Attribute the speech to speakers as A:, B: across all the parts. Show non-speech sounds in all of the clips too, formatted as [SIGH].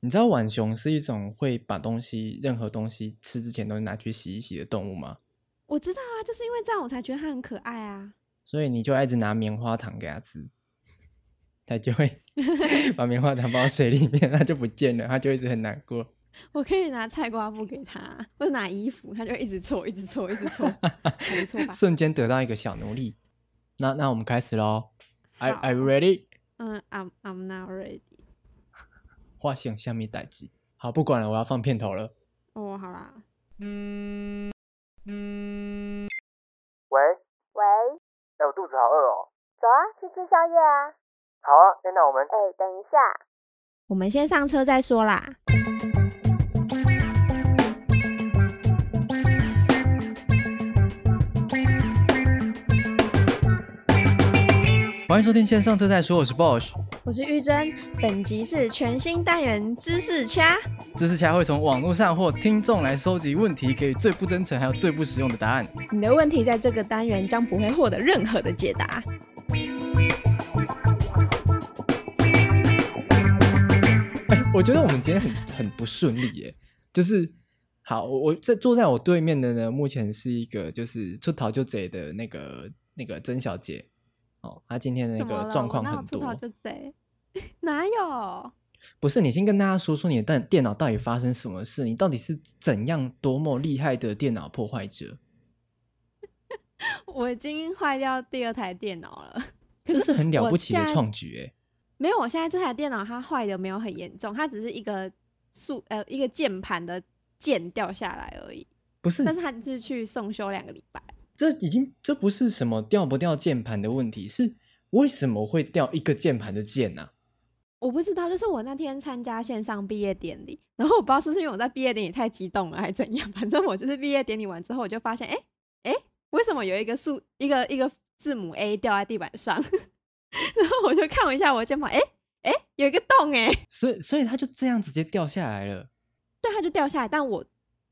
A: 你知道浣熊是一种会把东西，任何东西吃之前都拿去洗一洗的动物吗？
B: 我知道啊，就是因为这样我才觉得它很可爱啊。
A: 所以你就一直拿棉花糖给它吃，它就
B: [LAUGHS]
A: 会把棉花糖放到水里面，它就不见了，它就一直很难过。
B: 我可以拿菜瓜布给它，或者拿衣服，它就一直搓，一直搓，一
A: [LAUGHS]
B: 直搓，还不错吧？
A: 瞬间得到一个小奴隶。那那我们开始喽。Are
B: 好
A: Are you ready？
B: 嗯，I'm I'm not ready。
A: 画线下面待机。好，不管了，我要放片头了。
B: 哦，好啦，
A: 喂，
C: 喂，
A: 哎、我肚子好饿哦。
C: 走啊，去吃宵夜啊！
A: 好啊，哎、那我们
C: 哎、等一下，
B: 我们先上车再说啦。
A: 欢迎收听线上车再说，我是 Bosch。
B: 我是玉珍，本集是全新单元知识掐。
A: 知识家会从网络上或听众来收集问题，给予最不真诚还有最不实用的答案。
B: 你的问题在这个单元将不会获得任何的解答。
A: 我觉得我们今天很很不顺利耶，就是好，我我这坐在我对面的呢，目前是一个就是出逃就贼的那个那个曾小姐哦，她今天的那
B: 怎么
A: 个
B: 了？
A: 状况
B: 我哪
A: 很
B: 有出逃
A: 多，
B: 就贼？ [LAUGHS] 哪有？
A: 不是你先跟大家说说你的电电脑到底发生什么事，你到底是怎样多么厉害的电脑破坏者，
B: 我已经坏掉第二台电脑了。 [LAUGHS]
A: 这是很了不起
B: 我
A: 的
B: 现在
A: 创举哎，
B: 没有，我现在这台电脑它坏的没有很严重，它只是一个数呃一个键盘的键掉下来而已。
A: 不是
B: 但是它就是去送修两个礼拜。
A: 这已经这不是什么掉不掉键盘的问题，是为什么会掉一个键盘的键啊呢、
B: 我不知道，就是我那天参加线上毕业典礼，然后我不知道是不是因为我在毕业典礼太激动了，还是怎样，反正我就是毕业典礼完之后，我就发现，哎、哎、为什么有一个数一个一个字母 A 掉在地板上？ [LAUGHS] 然后我就看了一下我的键盘，哎、哎、有一个洞哎、
A: 所以所以它就这样直接掉下来了。
B: 对，它就掉下来，但我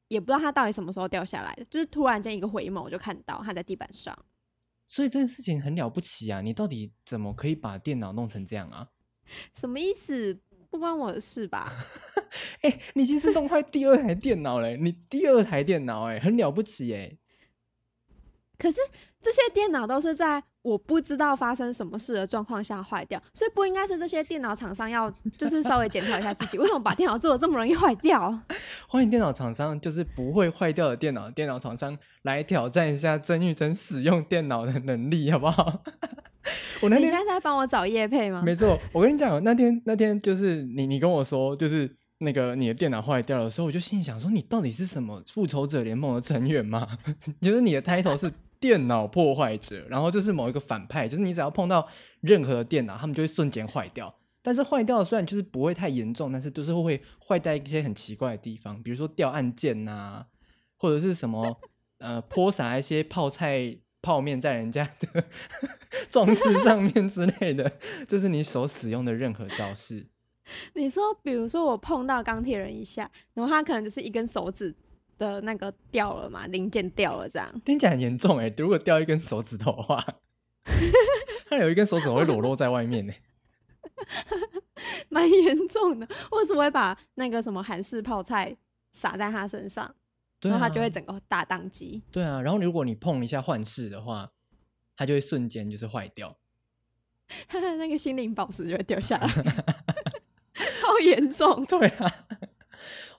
B: 也不知道它到底什么时候掉下来的，就是突然间一个回眸，我就看到它在地板上。
A: 所以这件事情很了不起啊！你到底怎么可以把电脑弄成这样啊？
B: 什么意思？不关我的事吧？
A: 哎、你已经是弄坏第二台电脑嘞！你第二台电脑哎、很了不起哎、
B: 可是这些电脑都是在我不知道发生什么事的状况下坏掉，所以不应该是这些电脑厂商要就是稍微检讨一下自己，为什么把电脑做的这么容易坏掉？啊
A: 欢迎电脑厂商，就是不会坏掉的电脑，电脑厂商来挑战一下曾玉珍使用电脑的能力，好不好？ [LAUGHS] 我那
B: 你
A: 天
B: 现在是在帮我找叶配吗？
A: 没错，我跟你讲，那天那天就是你你跟我说，就是那个你的电脑坏掉的时候，我就心里想说，你到底是什么复仇者联盟的成员吗？ [LAUGHS] 就是你的 title 是电脑破坏者，然后就是某一个反派，就是你只要碰到任何的电脑，他们就会瞬间坏掉。但是坏掉虽然就是不会太严重，但是就是会坏在一些很奇怪的地方，比如说掉按键呐、或者是什么呃泼洒一些泡菜泡面在人家的 [LAUGHS] 装置上面之类的，就是你所使用的任何招式。
B: 你说，比如说我碰到钢铁人一下，然后他可能就是一根手指的那个掉了嘛，零件掉了这样。
A: [LAUGHS]
B: [LAUGHS]
A: 听起来很严重哎、如果掉一根手指头的话， [LAUGHS] 它有一根手指头会裸露在外面呢、欸
B: 蛮严重的，我只会把那个什么韩式泡菜撒在他身上，
A: [LAUGHS] 对
B: 然
A: 啊，
B: 后他就会整个大宕机。 [LAUGHS]
A: 对啊。然后如果你碰一下幻视的话，它就会瞬间就是坏掉。
B: 他的那个心灵宝石就会掉下来，
A: [LAUGHS]
B: 超严重。
A: 对啊，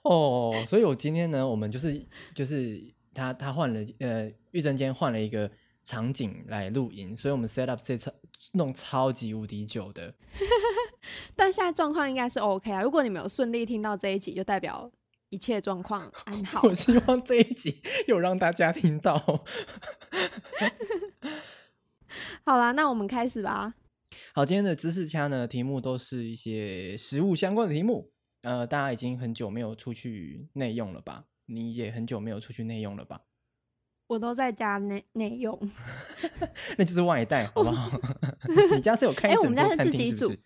A: [LAUGHS] 哦，所以我今天呢，我们就是就是他他换了呃，玉珍今天换了一个场景来录音，所以我们 set up 这超弄超级无敌久的。
B: 但现在状况应该是 OK 啊。如果你们有顺利听到这一集，就代表一切
A: [LAUGHS]
B: 状况安好。
A: 我希望这一集有让大家听到。
B: 好啦，那我们开始吧。
A: 好，今天的知识掐呢，题目都是一些食物相关的题目。呃，大家已经很久没有出去内用了吧？你也很久没有出去内用了吧？ [LAUGHS]
B: 我都在家内内用，
A: 那就是外带，好不好？ [LAUGHS] 你家是有开
B: [LAUGHS] 哎、
A: 一
B: 我
A: 整
B: 们
A: 桌
B: 家是
A: 餐
B: 自
A: 厅
B: 己
A: 是不
B: 煮，
A: 是？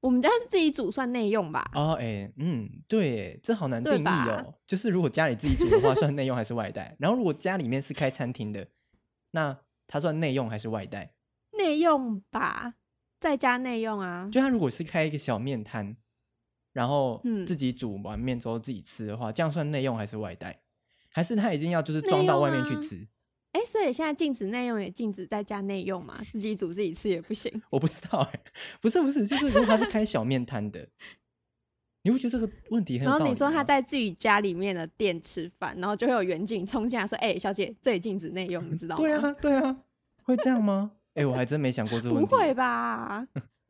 B: 我们家是自己煮算内用吧？
A: 哦，哎，嗯，对耶，这好难
B: 对
A: 定义
B: 吧
A: 哦。就是如果家里自己煮的话，算内用还是外带？ [LAUGHS] 然后如果家里面是开餐厅的，那它算内用还是外带？
B: 内用吧，在家内用啊。
A: 就它如果是开一个小面摊，然后
B: 嗯
A: 自己煮完面之后自己吃的话，这样算内用还是外带？还是他一定要就是
B: 内
A: 装到
B: 用
A: 外面去
B: 啊
A: 吃？
B: 哎、所以现在禁止内用也禁止在家内用嘛，自己煮自己吃也不行。
A: 我不知道哎、不是不是，就是如果他是开小面摊的，你会觉得这个问题很有
B: 然
A: 道理哦吗。
B: 后你说他在自己家里面的店吃饭，然后就会有远景冲进来说：“哎、小姐，这里禁止内用，你知道吗？”
A: 对啊，对啊，会这样吗？哎、我还真没想过这个问
B: 不
A: 题。
B: 会
A: [LAUGHS]
B: 吧？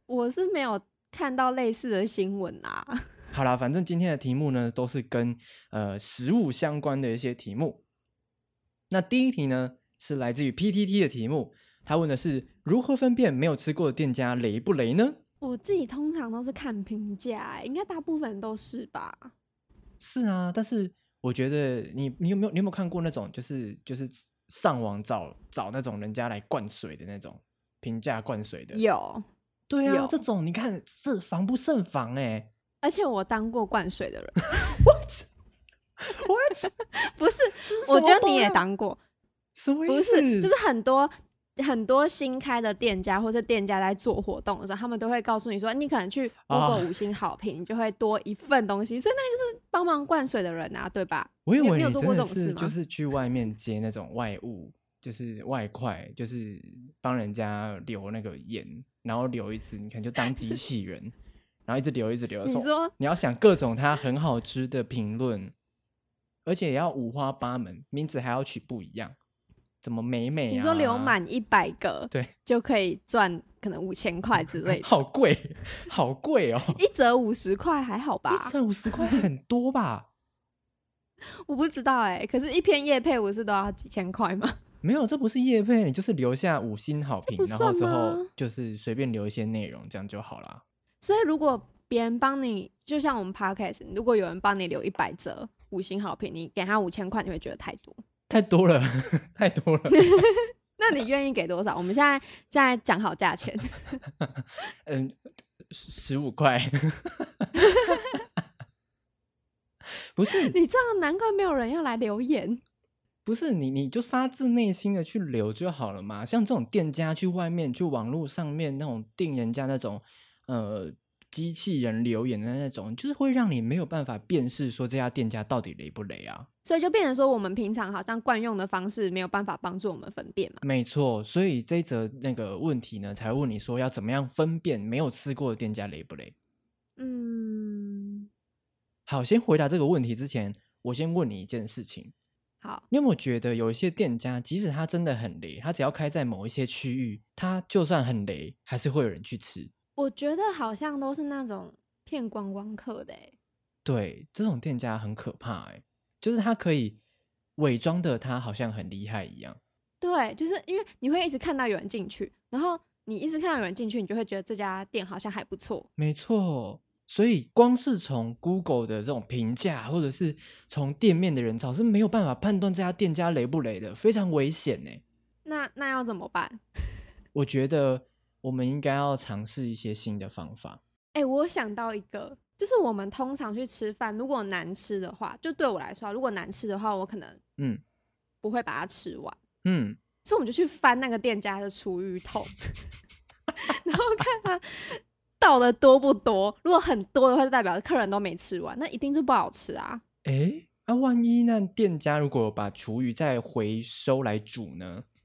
B: 我是没有看到类似的新闻啊。 [LAUGHS]
A: 好啦，反正今天的题目呢都是跟呃食物相关的一些题目。那第一题呢是来自于 PTT 的题目，他问的是如何分辨没有吃过的店家雷不雷呢？
B: 我自己通常都是看评价、欸，应该大部分都是吧。
A: 是啊，但是我觉得你你有没有你有没有看过那种就是就是上网找找那种人家来灌水的那种评价灌水的？
B: 有，
A: 对啊，
B: 有
A: 这种你看是防不胜防哎、
B: 而且我当过灌水的人，
A: [LAUGHS] What？
B: [LAUGHS] 不是？
A: 这是什
B: 我觉
A: 么
B: 得你也
A: 爆料
B: 当过，
A: 什么意
B: 不
A: 思？
B: 是？就是很多。很多新开的店家或是店家在做活动的时候，他们都会告诉你说，你可能去
A: 啊
B: Google 五星好评，你就会多一份东西，所以那就是帮忙灌水的人啊，对吧？
A: 我以
B: 你有
A: 为
B: 你有
A: 你
B: 做
A: 真
B: 过这
A: 的
B: 种事
A: 是
B: 吗？ [LAUGHS]
A: 就是去外面接那种外务，就是外快，就是帮人家留那个盐，然后留一次，你看就当机器人，然后一直留一直留。
B: 你说
A: 你要想各种它很好吃的评论，而且也要五花八门，名字还要取不一样，怎么美美、啊？
B: 你说留满一百个，
A: 对，
B: 就可以赚可能五千块之
A: [LAUGHS]
B: 类的，
A: 好贵，好贵哦，
B: 一折五十块还好吧？
A: 一折五十块很多吧？
B: 我不知道哎、可是，一篇叶配不是都要几千块吗？ [LAUGHS]
A: 没有，这不是业配，你就是留下五星好评
B: 不，
A: 然后
B: 算
A: 之后
B: 吗
A: 就是随便留一些内容，这样就好啦。
B: 所以，如果别人帮你，就像我们 podcast，如果有人帮你留一百折五星好评，你给他五千块，你会觉得太多。
A: 太多了， [LAUGHS] 太多了。
B: [LAUGHS] 那你愿意给多少？我们现在现在讲好价钱，
A: 嗯，十五块，
B: [LAUGHS]
A: 不是
B: 你这样难怪没有人要来留言。
A: 不是，你你就发自内心的去留就好了嘛。像这种店家去外面去网络上面那种订人家那种呃机器人留言的那种，就是会让你没有办法辨识说这家店家到底雷不雷啊。
B: 所以就变成说，我们平常好像惯用的方式没有办法帮助我们分辨嘛。
A: 没错，所以这一则那个问题呢，才问你说要怎么样分辨没有吃过的店家雷不雷。
B: 嗯，
A: 好，先回答这个问题之前，我先问你一件事情：
B: 好，
A: 你有没有觉得有一些店家，即使他真的很雷，他只要开在某一些区域，他就算很雷，还是会有人去吃？
B: 我觉得好像都是那种骗观光客的、欸，
A: 对，这种店家很可怕哎、就是他可以伪装的他好像很厉害一样。
B: 对，就是因为你会一直看到有人进去，然后你一直看到有人进去，你就会觉得这家店好像还不错。
A: 没错，所以光是从 Google 的这种评价，或者是从店面的人潮，是没有办法判断这家店家雷不雷的，非常危险呢。
B: 那那要怎么办？
A: 我觉得我们应该要尝试一些新的方法。
B: 哎、我想到一个，就是我们通常去吃饭，如果难吃的话，就对我来说啊，如果难吃的话，我可能
A: 嗯
B: 不会把它吃完，
A: 嗯，
B: 所以我们就去翻那个店家的厨余 [LAUGHS] 桶，然后看他倒的多不多。如果很多的话，就代表客人都没吃完，那一定就不好吃啊。
A: 诶，那、万一那店家如果把厨余再回收来煮呢？ [LAUGHS]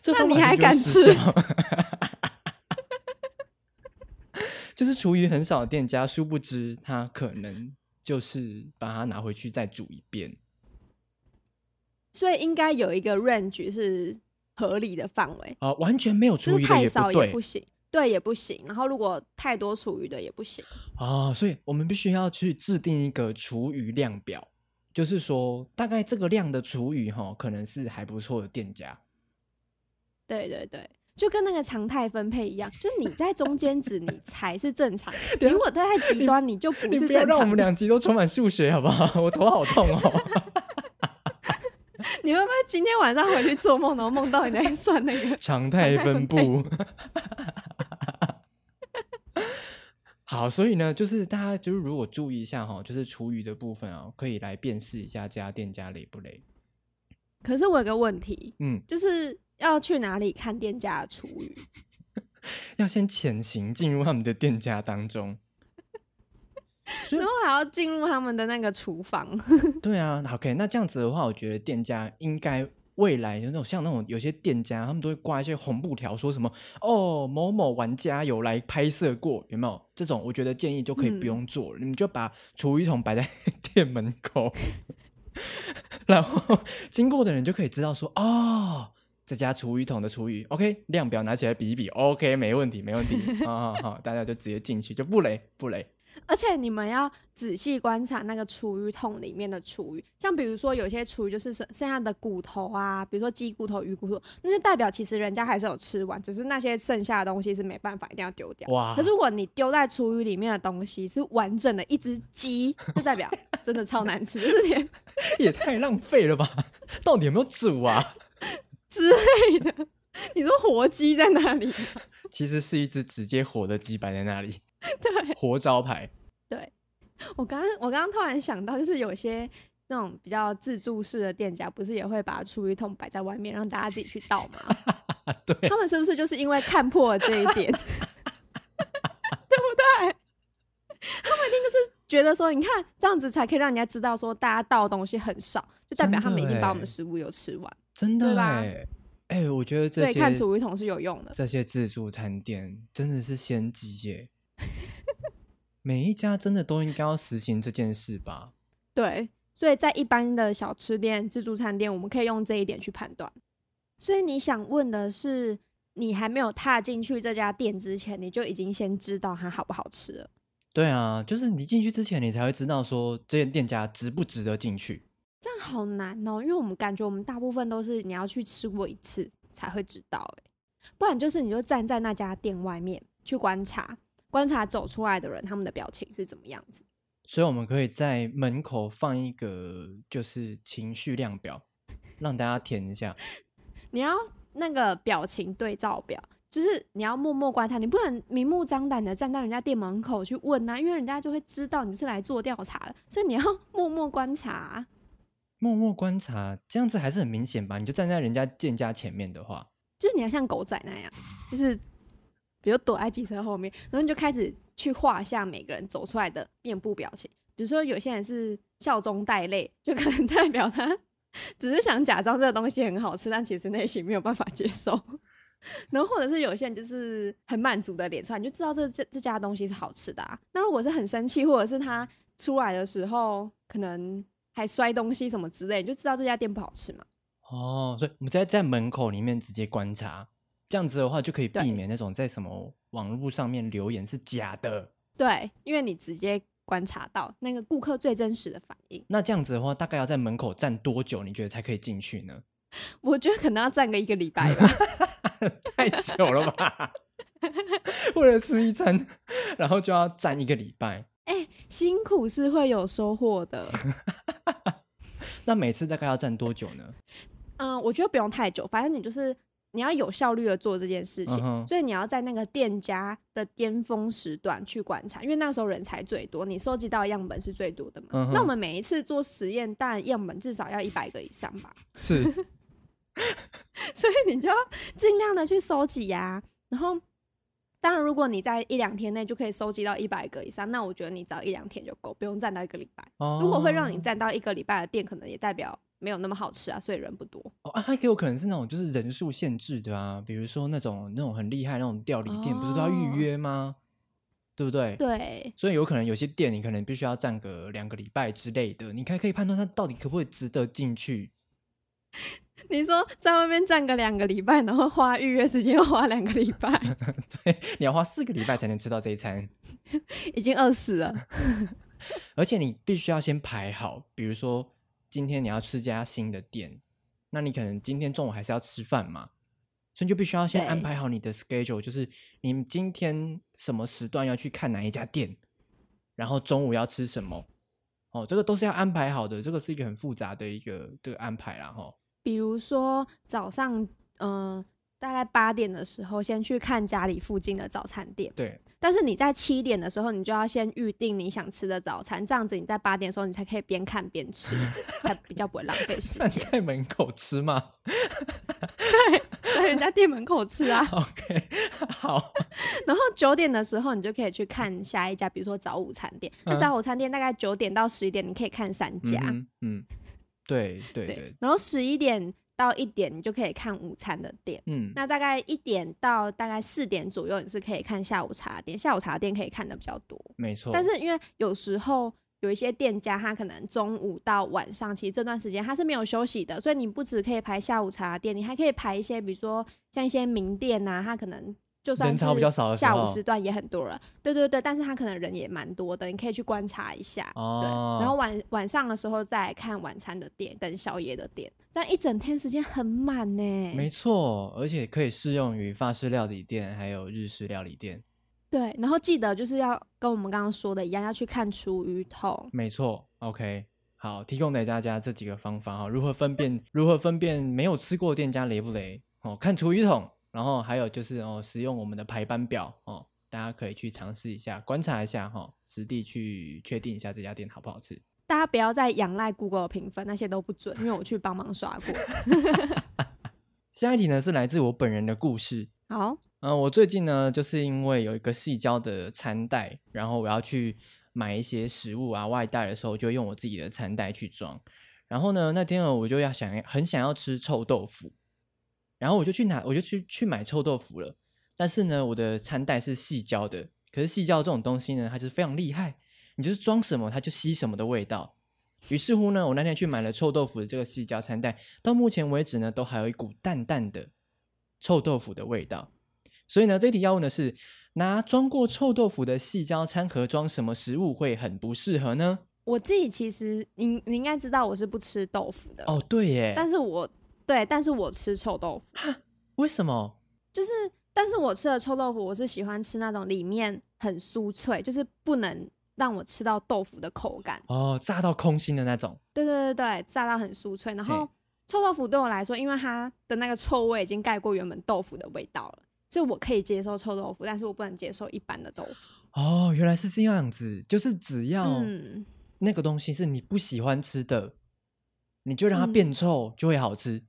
A: 这
B: 那
A: 方法
B: 你
A: 是
B: 还
A: 不是
B: 敢
A: 失
B: 吃
A: 效？ [LAUGHS] 就是厨余很少的店家，殊不知他可能就是把它拿回去再煮一遍。
B: 所以应该有一个 range 是合理的范围，
A: 啊、完全没有
B: 就
A: 厨
B: 是
A: 余
B: 太
A: 的
B: 少
A: 不
B: 也
A: 对
B: 不行，对也不行。然后如果太多厨余的也不行。
A: 啊、所以我们必须要去制定一个厨余量表，就是说大概这个量的厨余哈，可能是还不错的店家。
B: 对对对，就跟那个常态分配一样，就你在中间值你才是正
A: [LAUGHS]
B: 常，
A: 等一
B: 你
A: 下
B: 如果太极端你就不
A: 啊你
B: 是
A: 不要
B: 正
A: 让我们
B: 常的。
A: 两集都充满数学好不好？ [LAUGHS] 我头好痛
B: [LAUGHS]
A: 哦。？
B: 你会不会今天晚上回去做梦，然后梦到你在算那个
A: [LAUGHS] 常态分布。好，所以呢，就是大家就是如果注意一下哈、就是厨余的部分啊、可以来辨识一下这家店家累不累。
B: 可是我有个问题，
A: 嗯，
B: 就是要去哪里看店家的厨余？
A: 要先潜行进入他们的店家当中，所以
B: 然后还要进入他们的那个厨房。
A: 对啊好，OK，那这样子的话，我觉得店家应该未来有那种像那种有些店家，他们都会挂一些红布条，说什么哦某某玩家有来拍摄过，有没有？这种我觉得建议就可以不
B: 嗯
A: 用做了，你们就把厨余桶摆在 [LAUGHS] 店门口， [LAUGHS] 然后经过的人就可以知道说哦。这家厨余桶的厨余，OK，量表拿起来比一比，OK，没问题，没问题，好好好，大家就直接进去，就不雷不
B: [LAUGHS]
A: 雷，
B: 而且你们要仔细观察那个厨余桶里面的厨余，像比如说有些厨余就是剩剩下的骨头啊，比如说鸡骨头、鱼骨头，那就代表其实人家还是有吃完，只是那些剩下的东西是没办法一定要丢掉。
A: 哇！
B: 可是如果你丢在厨余里面的东西是完整的一只鸡，就代表真的超难吃，就是连
A: 也太浪费了吧！到底有没有煮啊？
B: 之类的。你说活鸡在那里？
A: 其实是一只直接活的鸡摆在那里，
B: [LAUGHS] 对
A: 活招牌。
B: 我刚刚我刚刚突然想到，就是有些那种比较自助式的店家，不是也会把厨余桶摆在外面，让大家自己去倒吗？
A: 啊对
B: 他们是不是就是因为看破了这一点，对 [LAUGHS] 不对？他们一定就是觉得说，你看这样子才可以让人家知道说大家倒的东西很少，就代表他们一定把我们食物有吃完。
A: 真
B: 对
A: 的
B: 吧
A: 哎哎、我觉得这
B: 所以
A: 些
B: 看厨余桶是有用的。
A: 这些自助餐店真的是先机耶！每一家真的都应该要实行这件事吧？
B: 对，所以在一般的小吃店、自助餐店，我们可以用这一点去判断。所以你想问的是，你还没有踏进去这家店之前，你就已经先知道它好不好吃了。
A: 对啊，就是你进去之前，你才会知道说这些店家值不值得进去。
B: 这样好难哦，因为我们感觉我们大部分都是你要去吃过一次才会知道，哎，不然就是你就站在那家店外面去观察，观察走出来的人他们的表情是怎么样子。
A: 所以我们可以在门口放一个就是情绪量表，让大家填一下。
B: 你要那个表情对照表，就是你要默默观察，你不能明目张胆的站到人家店门口去问啊，因为人家就会知道你是来做调查的，所以你要 [LAUGHS] 默默观察啊、
A: 默默观察，这样子还是很明显吧？你就站在人家店家前面的话，
B: 就是你要像狗仔那样，就是比如躲在机车后面，然后你就开始去画下每个人走出来的面部表情。比如说有些人是笑中带泪，就可能代表他 [LAUGHS] 只是想假装这个东西很好吃，但其实内心没有办法接受。 [LAUGHS] 然后或者是有些人就是很满足的脸出来，你就知道这这这家东西是好吃的、啊。那如果是很生气，或者是他出来的时候可能还摔东西什么之类，你就知道这家店不好吃嘛。
A: 哦，所以我们在在门口里面直接观察，这样子的话就可以
B: 对
A: 避免那种在什么网络上面留言是假的。
B: 对，因为你直接观察到那个顾客最真实的反应。
A: 那这样子的话，大概要在门口站多久？你觉得才可以进去呢？ [LAUGHS]
B: 我觉得可能要站个一个礼拜吧，
A: 太久了吧？ [LAUGHS] 为了吃一餐，然后就要站一个礼拜。
B: 辛苦是会有收获的。
A: 那每次大概要站多久呢？
B: 嗯，我觉得不用太久，反正你就是你要有效率的做这件事情，
A: 嗯哼
B: 所以你要在那个店家的巅峰时段去观察，因为那时候人才最多，你收集到的样本是最多的嘛。
A: 嗯哼
B: 那我们每一次做实验，当然样本至少要一百个以上吧。
A: 是
B: 所以你就要尽量的去收集呀、然后，当然，如果你在一两天内就可以收集到一百个以上，那我觉得你只要一两天就够，不用站到一个礼拜。
A: 哦，
B: 如果会让你站到一个礼拜的店，可能也代表没有那么好吃啊，所以人不多。
A: 哦，啊，它也有可能是那种就是人数限制的啊，比如说那种那种很厉害那种料理店，不是都要
B: 哦
A: 预约吗？对不对？。
B: 对，
A: 所以有可能有些店你可能必须要站个两个礼拜之类的，你才可以判断它到底可不可以值得进去。 [LAUGHS]
B: 你说在外面站个两个礼拜，然后花预约时间又花两个礼
A: [LAUGHS]
B: 拜，
A: 对，你要花四个礼拜才能吃到这一餐，
B: 已经饿死了。
A: 而且你必须要先排好，比如说今天你要吃这家新的店，那你可能今天中午还是要吃饭嘛，所以你就必须要先安
B: 对
A: 排好你的 schedule，就是你们今天什么时段要去看哪一家店，然后中午要吃什么，哦，这个都是要安排好的，这个是一个很复杂的一个这个安排啦，哈、
B: 比如说早上，嗯、大概八点的时候，先去看家里附近的早餐店。
A: 对，
B: 但是你在七点的时候，你就要先预定你想吃的早餐，这样子你在八点的时候，你才可以
A: [LAUGHS]
B: 边看边吃，才比较不会浪费时
A: 站
B: 间。
A: 在门口吃吗？
B: 在人家店门口吃啊。
A: OK，好， [LAUGHS]
B: 然后九点的时候，你就可以去看下一家，比如说早午餐店。那
A: 嗯
B: 早午餐店大概九点到十一点，你可以看三家。
A: 嗯哼嗯，对对对，
B: 然后十一点到一点，你就可以看午餐的店。
A: 嗯，
B: 那大概一点到大概四点左右，你是可以看下午茶店。下午茶店可以看的比较多，
A: 没错，
B: 但是因为有时候有一些店家，他可能中午到晚上，其实这段时间他是没有休息的，所以你不只可以排下午茶店，你还可以排一些，比如说像一些名店呐、啊，他可能就算
A: 人
B: 是
A: 潮比较少的时
B: 下午
A: 候，
B: 时段也很多了，对对对，但是他可能人也蛮多的，你可以去观察一下。对，
A: 哦，
B: 然后晚晚上的时候再来看晚餐的店跟宵夜的店，这样一整天时间很满呢、
A: 没错，而且可以适用于法式料理店还有日式料理店，
B: 对，然后记得就是要跟我们刚刚说的一样，要去看厨余桶。
A: 没错，OK。好，提供给大家这几个方法哈、哦，如何分辨如何分辨没有吃过店家雷不雷哦，看厨余桶，然后还有就是哦，使用我们的排班表哦，大家可以去尝试一下，观察一下哈、哦，实地去确定一下这家店好不好吃。
B: 大家不要再仰赖 Google 的评分，那些都不准，因为我去帮忙刷过。 [LAUGHS]
A: 下一题呢是来自我本人的故事，
B: 好，
A: 嗯，我最近呢，就是因为有一个细胶的餐袋，然后我要去买一些食物啊外带的时候，就用我自己的餐袋去装。然后呢，那天呢，我就要想要很想要吃臭豆腐，然后我就去拿，我就去去买臭豆腐了。但是呢，我的餐袋是细胶的，可是细胶这种东西呢，它就是非常厉害，你就是装什么它就吸什么的味道。于是乎呢，我那天去买了臭豆腐的这个细胶餐袋，到目前为止呢，都还有一股淡淡的臭豆腐的味道。所以呢，这题要问的是，拿装过臭豆腐的细胶餐盒装什么食物会很不适合呢？
B: 我自己其实你你应该知道我是不吃豆腐的，
A: 哦，对耶，
B: 但是我对，但是我吃臭豆腐，
A: 为什么？
B: 就是但是我吃的臭豆腐，我是喜欢吃那种里面很酥脆，就是不能让我吃到豆腐的口感。
A: 哦，炸到空心的那种。
B: 对对对对，炸到很酥脆。然后
A: 嘿
B: 臭豆腐对我来说，因为它的那个臭味已经盖过原本豆腐的味道了，所以我可以接受臭豆腐，但是我不能接受一般的豆腐。
A: 哦，原来是这样子，就是只要
B: 嗯。
A: 那个东西是你不喜欢吃的，你就让它
B: 嗯
A: 变臭，就会好吃。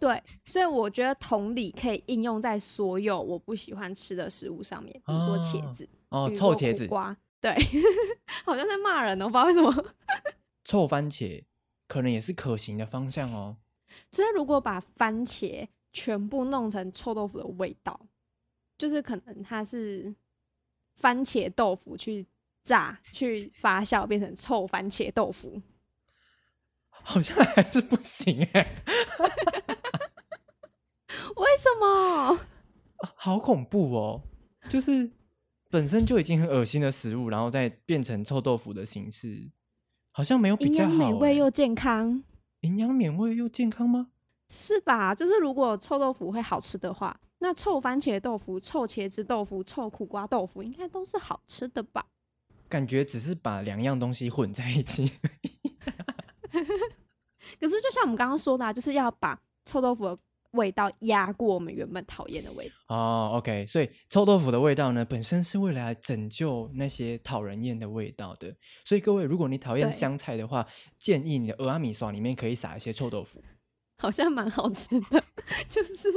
B: 对，所以我觉得同理可以应用在所有我不喜欢吃的食物上面，比如说茄
A: 哦
B: 子，
A: 哦，
B: 比如
A: 臭
B: 说
A: 茄
B: 苦
A: 子、
B: 瓜，对， [LAUGHS] 好像在骂人哦，不知道为什么。
A: 臭番茄，可能也是可行的方向哦。 [LAUGHS]
B: 所以如果把番茄全部弄成臭豆腐的味道，就是可能它是番茄豆腐去炸、去发酵变成臭番茄豆腐， [LAUGHS]
A: 好像还是不行哎，
B: 为什么？
A: 好恐怖哦！就是本身就已经很恶心的食物，然后再变成臭豆腐的形式，好像没有比
B: 营
A: 较
B: 养
A: 好
B: 美味
A: 欸
B: 又健康，
A: 营养美味又健康吗？
B: 是吧？就是如果臭豆腐会好吃的话，那臭番茄豆腐、臭茄子豆腐、臭苦瓜豆腐应该都是好吃的吧？
A: 感觉只是把两样东西混在一起。 [LAUGHS]
B: 可是就像我们刚刚说的、啊，就是要把臭豆腐的味道压过我们原本讨厌的味道。
A: 哦，OK，所以臭豆腐的味道呢，本身是为了来拯救那些讨人厌的味道的。所以各位，如果你讨厌
B: 对
A: 香菜的话，建议你的俄阿米爽里面可以撒一些臭豆腐。
B: 好像蛮好吃的， [LAUGHS] 就是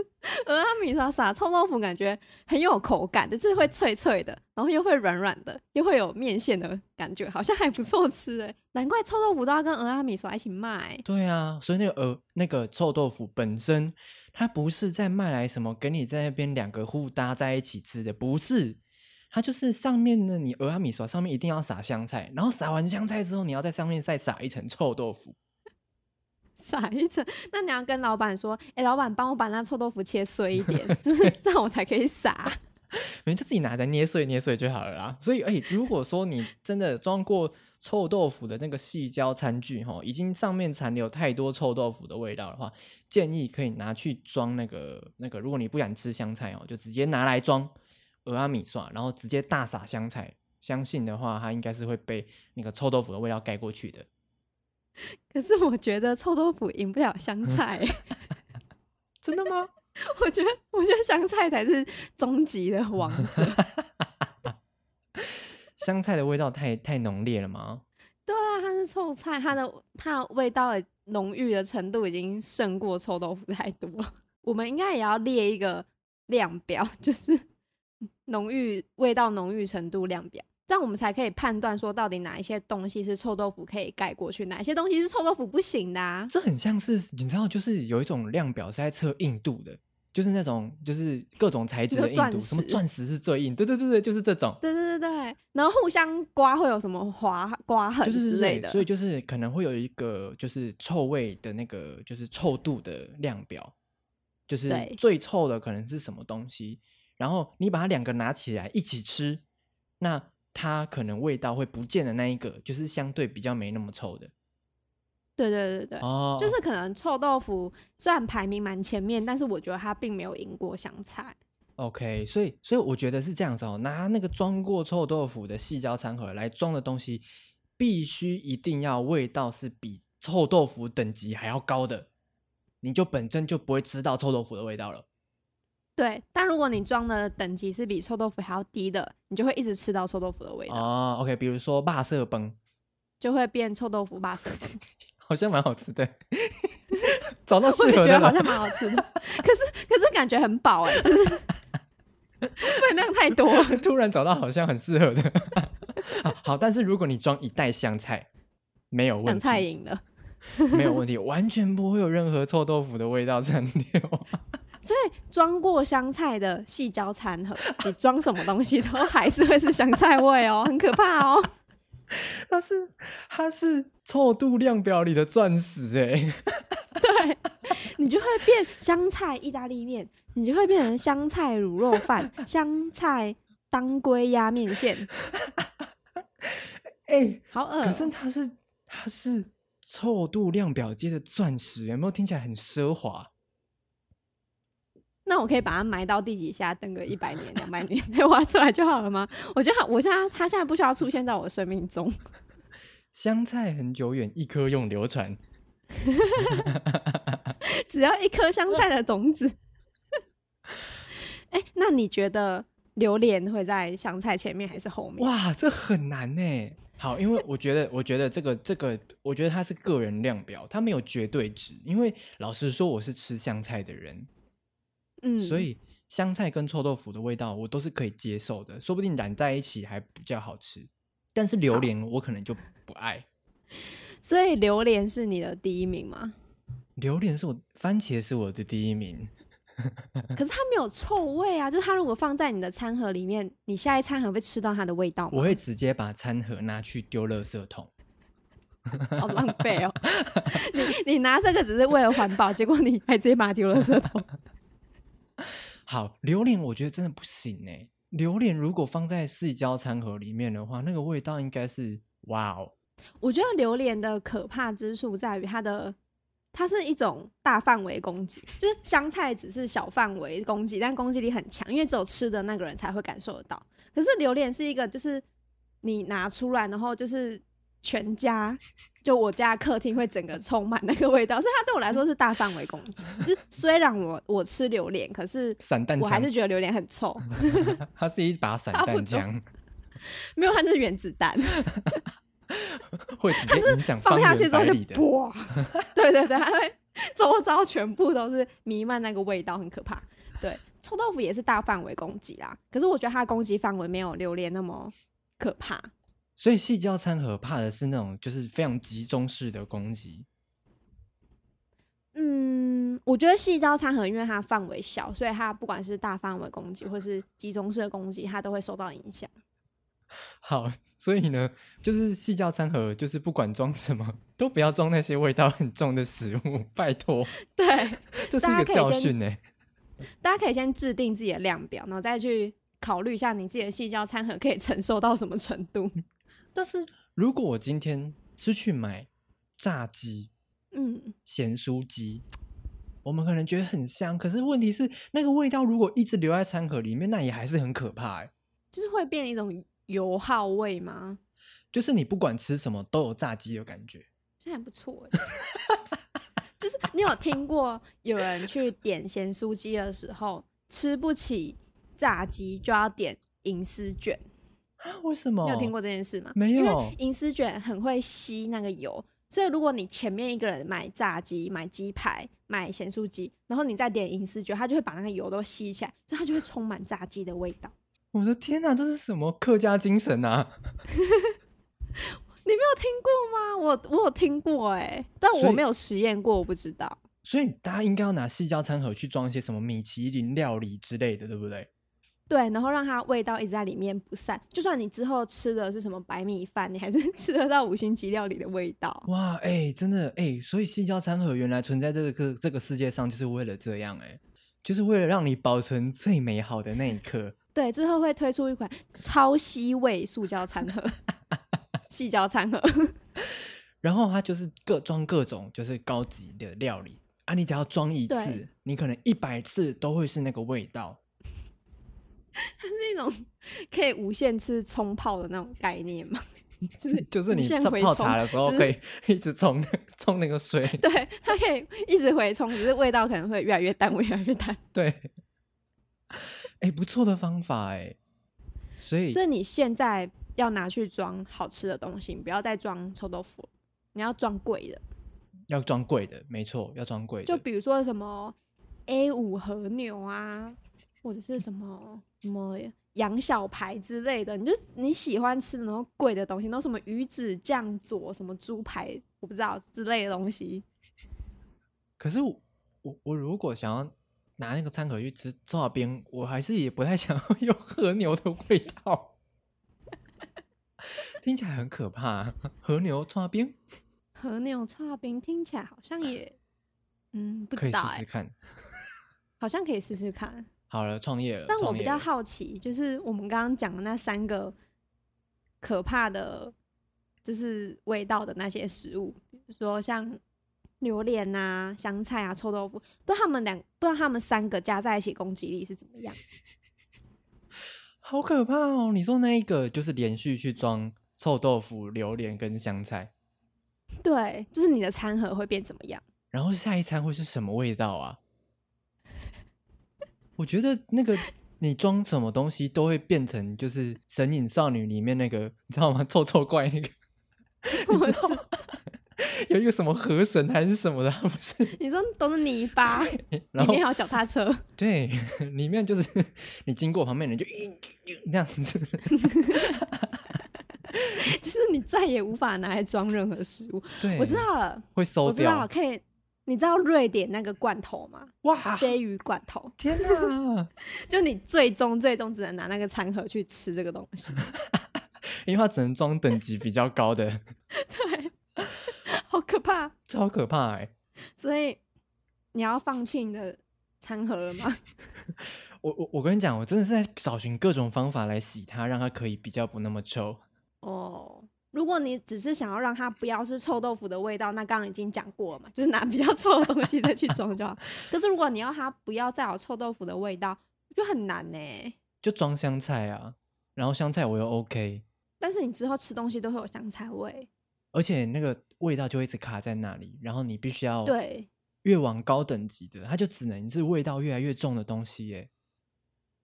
B: 俄阿米莎撒臭豆腐，感觉很有口感，就是会脆脆的，然后又会软软的，又会有面线的感觉，好像还不错吃哎、难怪臭豆腐都要跟俄阿米莎一起卖、
A: 对啊，所以那个呃那个臭豆腐本身，它不是在卖来什么给你在那边两个互搭在一起吃的，不是。它就是上面呢，你俄阿米索上面一定要撒香菜，然后撒完香菜之后，你要在上面再撒一层臭豆腐。
B: 撒一层。 [LAUGHS] 那你要跟老板说，哎、老板帮我把那臭豆腐切碎一点，就是这样我才可以撒。
A: 你就自己拿来捏碎捏碎就好了啦。所以，哎、如果说你真的装过臭豆腐的那个细胶餐具，哈，已经上面残留太多臭豆腐的味道的话，建议可以拿去装那个那个。如果你不想吃香菜哦，就直接拿来装俄阿米刷，然后直接大撒香菜。相信的话，它应该是会被那个臭豆腐的味道盖过去的。
B: 可是我觉得臭豆腐赢不了香菜 [LAUGHS] 欸、
A: 真的吗？
B: 我觉得我觉得香菜才是终极的王者。
A: 香菜的味道太太浓烈了吗？
B: 对啊，它是臭菜，它的它的味道的浓郁的程度已经胜过臭豆腐太多了。我们应该也要列一个量表，就是 [LAUGHS] 浓郁味道浓郁程度量表，这样我们才可以判断说到底哪一些东西是臭豆腐可以盖过去，哪一些东西是臭豆腐不行的、啊。
A: 这很像是你知道，就是有一种量表是在测硬度的，就是那种就是各种材质
B: 你说
A: 的硬
B: 钻
A: 度，什么
B: 石
A: 钻石是最硬，对对对对，就是这种，
B: 对对对对，然后互相刮会有什么划刮痕
A: 就
B: 之
A: 是
B: 类
A: 对
B: 的，
A: 所以就是可能会有一个就是臭味的那个就是臭度的量表，就是
B: 对
A: 最臭的可能是什么东西，然后你把它两个拿起来一起吃，那它可能味道会不见的那一个，就是相对比较没那么臭的
B: 对对对对，
A: 哦
B: 就是可能臭豆腐虽然排名蛮前面，但是我觉得它并没有赢过香菜。
A: OK，所以所以我觉得是这样子哦，拿那个装过臭豆腐的细胶餐盒来装的东西，必须一定要味道是比臭豆腐等级还要高的，你就本身就不会吃到臭豆腐的味道了。
B: 对，但如果你装的等级是比臭豆腐还要低的，你就会一直吃到臭豆腐的味道，
A: 哦，OK，比如说霸色崩，
B: 就会变臭豆腐巴色
A: [LAUGHS]
B: 粉。
A: 好像蛮好吃
B: [LAUGHS]
A: 的，找到适
B: 我也
A: 合
B: 觉
A: 的
B: 得好
A: 了。
B: 像蛮好吃的，可是可是感觉很饱哎、就是 [LAUGHS] 分量太多了。
A: 突然找到好像很适合的 [LAUGHS] 好，好，但是如果你装一袋香菜，没有问
B: 香
A: 题，
B: 菜赢了，
A: 没有问题，完全不会有任何臭豆腐的味道残留。
B: 所以装过香菜的细胶餐盒，你装什么东西都还是会是香菜味哦，很可怕哦。
A: 它是它是臭度量表里的钻石哎、
B: 对，你就会变香菜意大利面，你就会变成香菜卤肉饭、香菜当归压面线，
A: 哎、
B: 好恶哦、
A: 可是它是它是臭度量表界的钻石，欸有没有听起来很奢华？
B: 那我可以把它埋到地底下，等个一百年、两百年再挖出来就好了吗？我觉得它我现在它现在不需要出现在我生命中。 [LAUGHS]
A: 香菜很久远，一颗永流传。
B: 只要一颗香菜的种子。 [LAUGHS] 哎、那你觉得榴莲会在香菜前面还是后面？
A: 哇，这很难呢、好，因为我觉得，我觉得这个这个，我觉得它是个人量表，它没有绝对值。因为老实说，我是吃香菜的人，
B: 嗯，
A: 所以香菜跟臭豆腐的味道我都是可以接受的，说不定染在一起还比较好吃。但是榴
B: 好
A: 莲我可能就不爱。
B: 所以榴莲是你的第一名吗？
A: 榴莲是我，番茄是我的第一名。嗯
B: 可是它没有臭味啊，就是它如果放在你的餐盒里面，你下一餐盒会吃到它的味道吗？
A: 我会直接把餐盒拿去丢垃圾桶。
B: 好浪费哦！ [LAUGHS] 你你拿这个只是为了环保，结果你还直接把它丢了圾桶。
A: 好，榴莲我觉得真的不行哎、榴莲如果放在塑胶餐盒里面的话，那个味道应该是哇哦，
B: 我觉得榴莲的可怕之处在于它的，它是一种大范围攻击，就是香菜只是小范围攻击，但攻击力很强，因为只有吃的那个人才会感受得到。可是榴莲是一个，就是你拿出来，然后就是全家，就我家客厅会整个充满那个味道，所以它对我来说是大范围攻击。就是虽然我我吃榴莲，可是
A: 散弹
B: 我还
A: 枪
B: 是，觉得榴莲很臭，
A: 它是一把散
B: 差不
A: 弹
B: 多
A: 枪，
B: 没有它就是原子弹。
A: 会直接影响
B: 放
A: 方
B: 下
A: 圆
B: 去之后
A: 百
B: 就
A: 里的。
B: 哇， [LAUGHS] 对对对，它会周遭全部都是弥漫那个味道，很可怕。对，臭豆腐也是大范围攻击啦，可是我觉得它的攻击范围没有榴莲那么可怕。
A: 所以细胶餐盒怕的是那种就是非常集中式的攻击。
B: 嗯，我觉得细胶餐盒因为它范围小，所以它不管是大范围攻击或是集中式的攻击，它都会受到影响。
A: 好， [LAUGHS] 所以呢，就是细胶餐盒，就是不管装什么，都不要装那些味道很重的食物，拜托，
B: 对，
A: 这是
B: 大
A: 一
B: 家
A: 个
B: 可以
A: 教
B: 先
A: 训呢、
B: 大家可以先制定自己的量表，然后再去考虑一下你自己的细胶餐盒可以承受到什么程度。
A: 但是如果我今天是去买炸鸡、
B: 嗯，
A: 咸酥鸡，我们可能觉得很香，可是问题是那个味道如果一直留在餐盒里面，那也还是很可怕、欸。
B: 就是会变一种油耗味吗？
A: 就是你不管吃什么都有炸鸡的感觉。
B: 这还不错哎、就是你有听过有人去点咸酥鸡的时候，吃不起炸鸡就要点银丝卷，
A: 啊为什么？
B: 你有听过？这件事吗？
A: 没
B: 因
A: 有
B: 为银丝卷很会吸那个油，所以如果你前面一个人买炸鸡、买鸡排、买咸酥鸡，然后你再点银丝卷，它就会把那个油都吸起来，所以它就会充满炸鸡的味道。
A: 我的天啊哪、这是什么客家精神啊？
B: 你没有听过吗？我我有听过哎、但
A: 所
B: 我
A: 以
B: 没有实验过，我不知道。
A: 所以大家应该要拿塑胶餐盒去装一些什么米其林料理之类的，对不对？
B: 对，然后让它味道一直在里面不散。就算你之后吃的是什么白米饭，你还是 [LAUGHS] 吃得到五星级料理的味道。
A: 哇，哎、真的哎、所以塑胶餐盒原来存在这个这这个世界上，就是为了这样哎、就是为了让你保存最美好的那一刻。
B: 对，之后会推出一款超吸味塑胶餐盒， [LAUGHS] 细胶餐盒。 [LAUGHS]
A: 然后它就是各装各种就是高级的料理啊，你只要装一
B: 对
A: 次，你可能一百次都会是那个味道。
B: 那种可以无限次冲泡的那种概念嘛， [LAUGHS] [LAUGHS] 就是
A: [LAUGHS] 就是
B: 无
A: 你
B: 限
A: 在
B: 回
A: 泡
B: 冲
A: 茶的时候
B: 只
A: 可以一直冲冲那个水，
B: 对，它可以一直回冲，只是味道可能会越来越淡， [LAUGHS] 越来越淡。
A: 对， [LAUGHS] 哎、不错的方法哎、所以
B: 所以你现在要拿去装好吃的东西，你不要再装臭豆腐了，你要装贵的，
A: 要装贵的，没错，要装贵的。
B: 就比如说什么 A 五和牛啊，或者是什么什么。羊小排之类的，你就你喜欢吃的那种贵的东西，那种什么鱼子酱佐什么猪排，我不知道之类的东西，
A: 可是我我我如果想要拿那个餐盒去吃炸边，我还是也不太想要 [LAUGHS] 有和牛的味道， [LAUGHS] 听起来很可怕。和牛炸边
B: 和牛串冰听起来好像也， [LAUGHS] 嗯，不
A: 可
B: 知
A: 以
B: 道
A: 试
B: 哎、
A: 试看。
B: 好像可以试试看。
A: 好了，创业了。
B: 但我
A: 创
B: 比
A: 业
B: 较
A: 了
B: 好奇，就是我们刚刚讲的那三个可怕的，就是味道的那些食物，比如说像榴莲啊、香菜啊、臭豆腐，不知道他们两，不知道他们三个加在一起攻击力是怎么
A: [LAUGHS]
B: 样？
A: 好可怕哦！你说那一个就是连续去装臭豆腐、榴莲跟香菜，
B: 对，就是你的餐盒会变怎么
A: [LAUGHS]
B: 样？
A: 然后下一餐会是什么味道啊？ [LAUGHS] 我觉得那个你装什么东西都会变成就是《神隐少女》里面那个，你知道吗？臭臭怪那个，
B: 我知
A: 有一个什么河神还是什么的，不
B: [LAUGHS]
A: 是？
B: 你说都是泥巴，里
A: 然后
B: 面还有脚踏车，
A: 对，里面就是你经过旁边人就这样子，
B: 就是你再也无法拿来装任何食物。
A: 对，
B: 我知道了，
A: 会
B: 我
A: 馊
B: 知
A: 掉，
B: 道，可以。你知道瑞典那个罐头吗？
A: 哇，
B: 鲱鱼罐头，
A: 天哪！ [LAUGHS]
B: 就你最终最终只能拿那个餐盒去吃这个东西， [LAUGHS]
A: 因为它只能装等级比较高的，
B: 对，好可怕。
A: 超可怕哎、
B: 所以你要放弃你的餐盒了吗？
A: 我我我跟你讲，我真的是在找寻各种方法来洗它，让它可以比较不那么臭。
B: [LAUGHS] 哦，如果你只是想要让它不要是臭豆腐的味道，那刚刚已经讲过了嘛，就是拿比较臭的东西再去装就好。 [LAUGHS] 可是如果你要它不要再有臭豆腐的味道，我觉得很难呢、
A: 就装香菜啊，然后香菜我又 OK，
B: 但是你之后吃东西都会有香菜味，
A: 而且那个味道就一直卡在那里，然后你必须要
B: 对，
A: 越往高等级的，它就只能是味道越来越重的东西耶。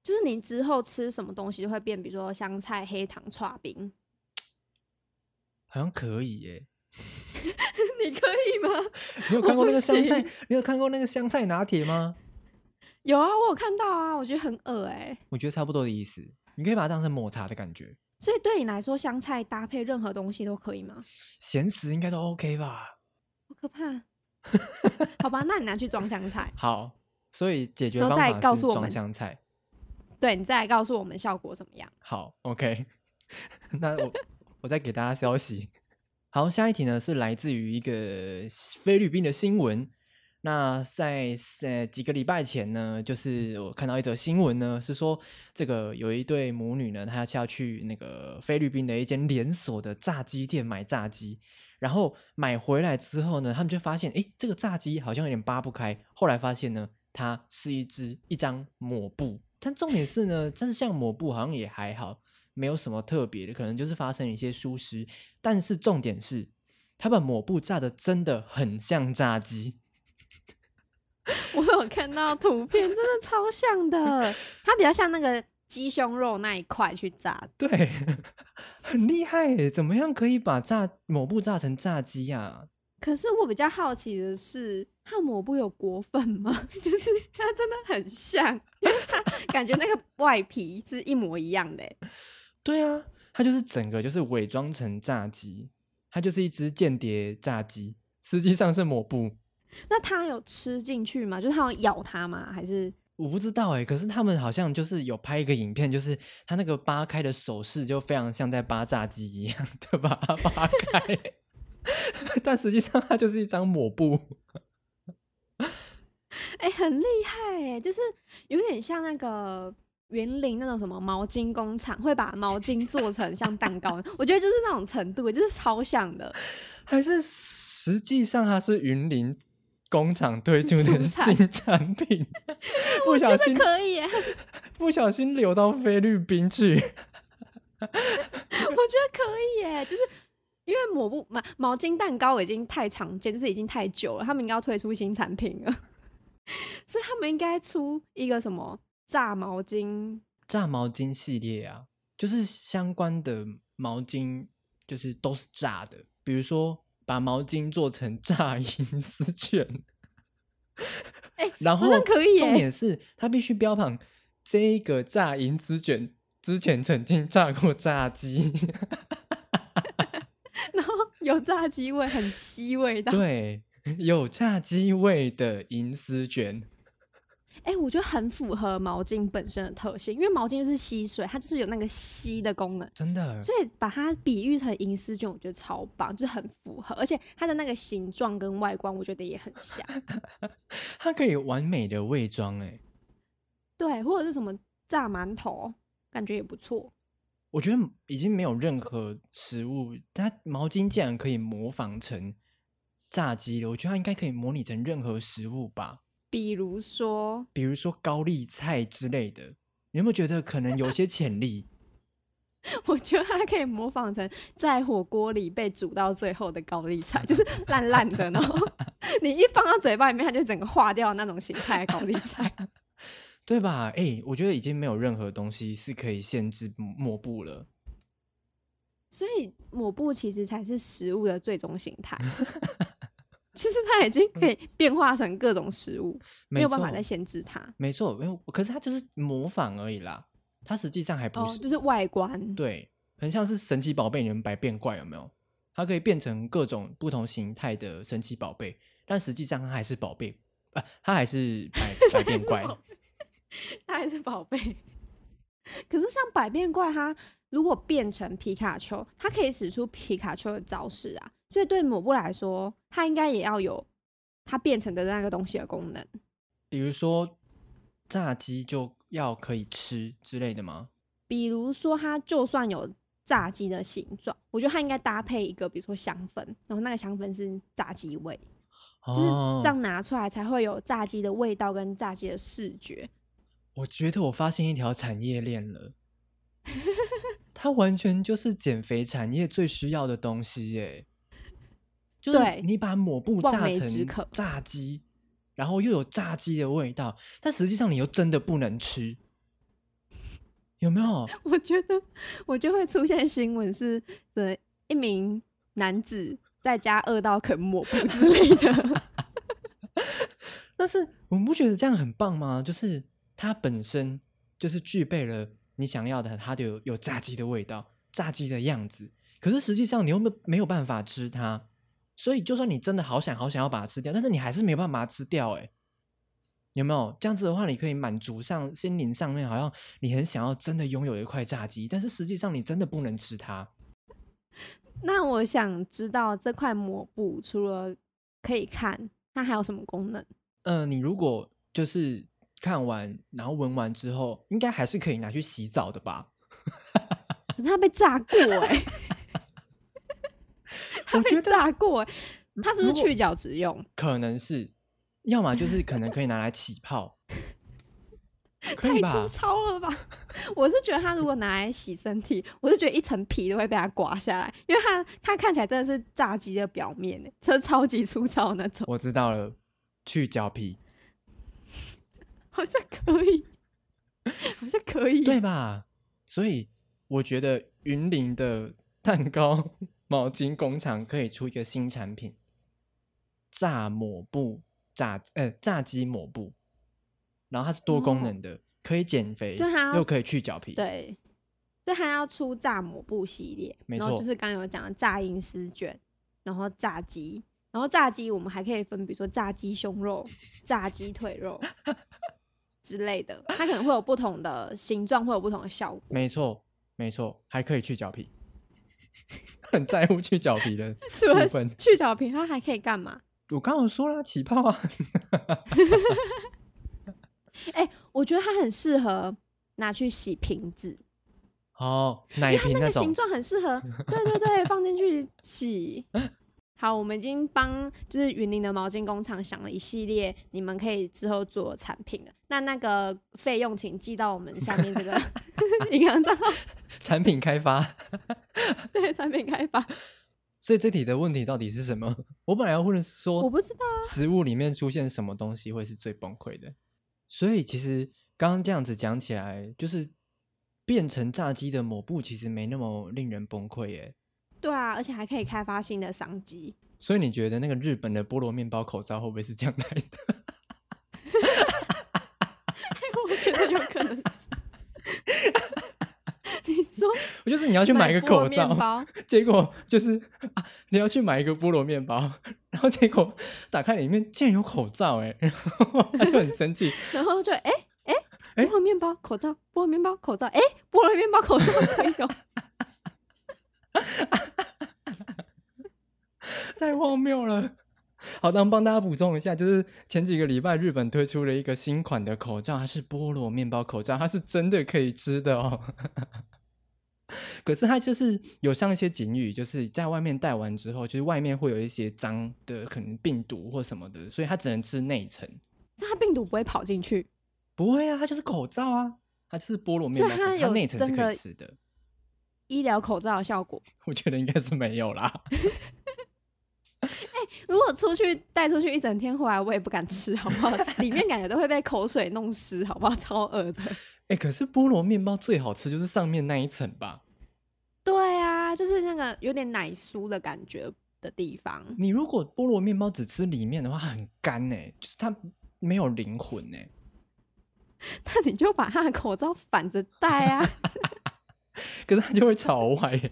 B: 就是你之后吃什么东西就会变，比如说香菜、黑糖、串冰，
A: 好像可以耶，
B: [LAUGHS] 你可以吗？
A: 你有
B: 我
A: 看过
B: 不
A: 那个香菜
B: 行？
A: 你有看过那个香菜拿铁吗？
B: 有啊，我有看到啊，我觉得很恶哎、
A: 我觉得差不多的意思，你可以把它当成抹茶的感觉，
B: 所以对你来说，香菜搭配任何东西都可以吗？
A: 咸食应该都 OK 吧？
B: 好可怕。 [LAUGHS] 好吧，那你拿去装香菜，
A: 好，所以解决
B: 然
A: 方
B: 后
A: 法
B: 再
A: 是
B: 告诉我
A: 装
B: 们
A: 香菜。
B: 对你再来告诉我们效果怎么样。 [LAUGHS]
A: 好，OK，那我我再给大家消息。好，下一题呢是来自于一个菲律宾的新闻。那在呃几个礼拜前呢，就是我看到一则新闻呢，是说这个有一对母女呢，她下去那个菲律宾的一间连锁的炸鸡店买炸鸡，然后买回来之后呢，他们就发现，诶，这个炸鸡好像有点扒不开。后来发现呢，它是一只一张抹布。但重点是呢，但是像抹布好像也还好，没有什么特别的，可能就是发生一些疏失。但是重点是，他把抹布炸的真的很像炸鸡，
B: 我有看到图片，真的超像 [LAUGHS] 的，它比较像那个鸡胸肉那一块去炸
A: [LAUGHS]
B: 的。
A: 对，很厉害耶！怎么样可以把炸抹布炸成炸鸡呀、啊
B: 可是我比较好奇的是，汉抹布有裹粉吗？ [LAUGHS] 就是它真的很像，因为它感觉那个外皮是一模一样的欸。
A: 对啊，它就是整个就是伪装成炸鸡，它就是一只间谍炸鸡，实际上是抹布。
B: 那它有吃进去吗？就是它有咬它吗？还是
A: 我不知道哎、可是他们好像就是有拍一个影片，就是他那个扒开的手势就非常像在扒炸鸡一样的把它扒开， [LAUGHS] 但实际上它就是一张抹布。
B: 哎、很厉害哎、就是有点像那个园林那种什么毛巾工厂，会把毛巾做成像蛋糕，我觉得就是那种程度，就是超像的。
A: 还是实际上它是云林工厂推出的
B: 出产
A: 新产 [LAUGHS] 品，不
B: 我觉
A: 小
B: 得
A: 心
B: 可以、欸，
A: [LAUGHS] 不小心流到菲律宾去。
B: 我觉得可以耶，就是因为抹布毛毛巾蛋糕已经太常见，就是已经太久了，他们应该要推出新产品了， [LAUGHS] 所以他们应该出一个什么炸毛巾，
A: 炸毛巾系列啊，就是相关的毛巾，就是都是炸的，比如说把毛巾做成炸银丝卷，
B: 哎
A: 然
B: 好
A: 后
B: 像可以
A: 重
B: 耶，
A: 点是它必须标榜这一个炸银丝卷之前曾经炸过炸
B: [LAUGHS]
A: 鸡，
B: 然后有炸鸡味，很吸味道，
A: 对，有炸鸡味的银丝卷。
B: 哎、我觉得很符合毛巾本身的特性，因为毛巾就是吸水，它就是有那个吸的功能。
A: 真的，
B: 所以把它比喻成银丝卷，我觉得超棒，就是很符合，而且它的那个形状跟外观，我觉得也很像。
A: 它可以完美的伪装哎、
B: 对，或者是什么炸馒头，感觉也不错。
A: 我觉得已经没有任何食物，它毛巾竟然可以模仿成炸鸡了，我觉得它应该可以模拟成任何食物吧，
B: 比如说，
A: 比如说高丽菜之类的。你有没有觉得可能有些潜力？ [LAUGHS]
B: 我觉得它可以模仿成在火锅里被煮到最后的高丽菜，就是烂烂的，然后你一放到嘴巴里面，它就整个化掉那种形态的高丽菜。
A: 对吧？哎、我觉得已经没有任何东西是可以限制抹布了。
B: 所以抹布其实才是食物的最终形态。其实它已经可以变化成各种食物，没有办法
A: 错
B: 再限制它。
A: 没错，没有，可是它就是模仿而已啦，它实际上还不
B: 哦
A: 是。，
B: 就是外观。
A: 对，很像是神奇宝贝里面百变怪，有没有？它可以变成各种不同形态的神奇宝贝，但实际上它还是宝贝，啊，它还是
B: [LAUGHS]
A: 百百变怪。
B: [LAUGHS] 它还是宝贝。可是像百变怪，它如果变成皮卡丘，它可以使出皮卡丘的招式啊，所以对抹布来说，它应该也要有它变成的那个东西的功能。
A: 比如说炸鸡就要可以吃之类的吗？
B: 比如说，它就算有炸鸡的形状，我觉得它应该搭配一个，比如说香氛，然后那个香氛是炸鸡味，就是
A: 哦
B: 这样拿出来才会有炸鸡的味道跟炸鸡的视觉。
A: 我觉得我发现一条产业链了，它完全就是减肥产业最需要的东西耶。就是
B: 对
A: 你把抹布
B: 望
A: 炸
B: 梅止
A: 成
B: 渴
A: 炸鸡，然后又有炸鸡的味道，但实际上你又真的不能吃，有没有？
B: 我觉得，我就会出现新闻是，呃，一名男子在家饿到啃抹布之类的。 [LAUGHS]
A: 但是我们不觉得这样很棒吗？就是它本身就是具备了你想要的，它就有有炸鸡的味道，炸鸡的样子。可是实际上你又没没有办法吃它，所以就算你真的好想好想要把它吃掉，但是你还是没有办法把它吃掉、欸。哎，有没有这样子的话，你可以满足上心灵上面，好像你很想要真的拥有一块炸鸡，但是实际上你真的不能吃它。
B: 那我想知道这块抹布除了可以看，它还有什么功能？
A: 呃，你如果就是看完然后闻完之后，应该还是可以拿去洗澡的吧？
B: 可是它被
A: [LAUGHS]
B: 炸过哎、它
A: 我觉
B: 被
A: 得
B: 炸过哎、它是
A: 如
B: 不是
A: 果
B: 去角质用？
A: 可能是，要么就是可能可以拿来起
B: [LAUGHS]
A: 泡，可
B: 太
A: 以
B: 粗
A: 吧？
B: 糙了吧！ [LAUGHS] 我是觉得它如果拿来洗身体，我是觉得一层皮都会被它刮下来，因为它它看起来真的是炸鸡的表面欸，这超级粗糙的那种，
A: 我知道了，去脚皮，
B: 好像可以， [LAUGHS] 好像可以。
A: 对吧？所以我觉得云林的蛋糕毛巾工厂可以出一个新产品，炸抹布炸呃炸鸡抹布，然后它是多功能的，可以减肥
B: 对啊，
A: 又可以去角皮。
B: 对，所以它要出炸抹布系列，
A: 没
B: 然后
A: 错
B: 就是刚刚有讲的炸银丝卷，然后炸鸡，然后炸鸡我们还可以分，比如说炸鸡胸
A: [LAUGHS]
B: 肉、炸鸡腿肉之类的，它可能会有不同的形状，会有不同的效果。
A: 没错，没错，还可以去角皮， [LAUGHS] 很在乎去角皮的
B: [LAUGHS] 除了
A: 部分。
B: 去角瓶，它还可以干嘛？
A: 我刚刚有说啦，起泡啊，
B: 我觉得它很适合拿去洗瓶子，
A: 哦，奶瓶
B: 那
A: 那
B: 个形
A: 种，
B: 状很适
A: [LAUGHS]
B: 合，对对对，放进去洗。好，我们已经帮就是云林的毛巾工厂想了一系列你们可以之后做的产品了。那那个费用请寄到我们下面这
A: [LAUGHS]
B: 个 [LAUGHS] 银行账号，
A: 产品开发。
B: 对产品开发。
A: 所以这题的问题到底是什么？我本来要问的是说，
B: 我不知道啊，
A: 食物里面出现什么东西会是最崩溃的。所以其实刚刚这样子讲起来，就是变成炸鸡的抹布其实没那么令人崩溃耶。
B: 对啊，而且还可以开发新的商机。 [LAUGHS]
A: 所以你觉得那个日本的菠萝面包口罩会不会是这样来的？ [LAUGHS]
B: 我觉得有可能是。 [LAUGHS] 你说
A: 就是 [LAUGHS] 你要去买一个
B: 菠萝
A: 口罩，[LAUGHS]
B: 面包，
A: 结果就是啊，你要去买一个菠萝面包，然后结果打开里面竟然有口罩哎，然后他就很生气。
B: 然后就哎哎、
A: 哎
B: 菠萝面包口罩，菠萝面包口罩，哎、菠萝面包口
A: [LAUGHS]
B: 罩可以有。
A: 太荒谬了。好，那帮大家补充一下，就是前几个礼拜日本推出了一个新款的口罩，它是菠萝面包口罩，它是真的可以吃的哦。 [LAUGHS] 可是它就是有上一些警语，就是在外面戴完之后，就是外面会有一些脏的，可能病毒或什么的，所以它只能吃内层。
B: 那它病毒不会跑进去，
A: 不会啊，它就是口罩啊，它就是菠萝面包口罩，
B: 所以它
A: 它
B: 有
A: 内层是
B: 真
A: 可
B: 的
A: 以吃的。
B: 医疗口罩的效果。
A: 我觉得应该是没有啦。
B: 如果出去带出去一整天回来，我也不敢吃，好不好？ [LAUGHS] 里面感觉都会被口水弄湿，好不好？ [LAUGHS] 超恶的。
A: 哎、可是菠萝面包最好吃就是上面那一层吧？
B: 对啊，就是那个有点奶酥的感觉的地方。 [LAUGHS]
A: 你如果菠萝面包只吃里面的话，很干呢、就是它没有灵魂欸呢、
B: 那你就把它的口罩反着戴啊，
A: 可是它就会朝外、欸，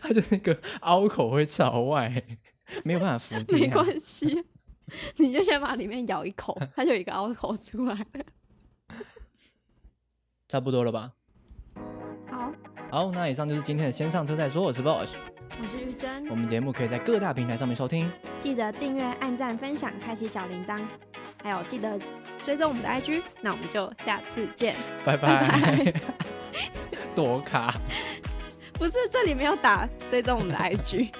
A: 它就那个凹口会朝外欸、没有办法服帖、啊。
B: 没关系。 [LAUGHS] 你就先把里面咬一口，它就有一个凹口出来了。
A: 差不多了吧？
B: 好，
A: 好，那以上就是今天的先上车再说，我是 Boss。
B: 我是玉珍
A: 我，们节目可以在各大平台上面收听，
B: 记得订阅、按赞、分享、开启小铃铛，还有记得追踪我们的 IG。那我们就下次见。
A: 拜
B: 拜
A: [LAUGHS] 拜躲卡。
B: 不是，这里没有打追踪我们的 IG。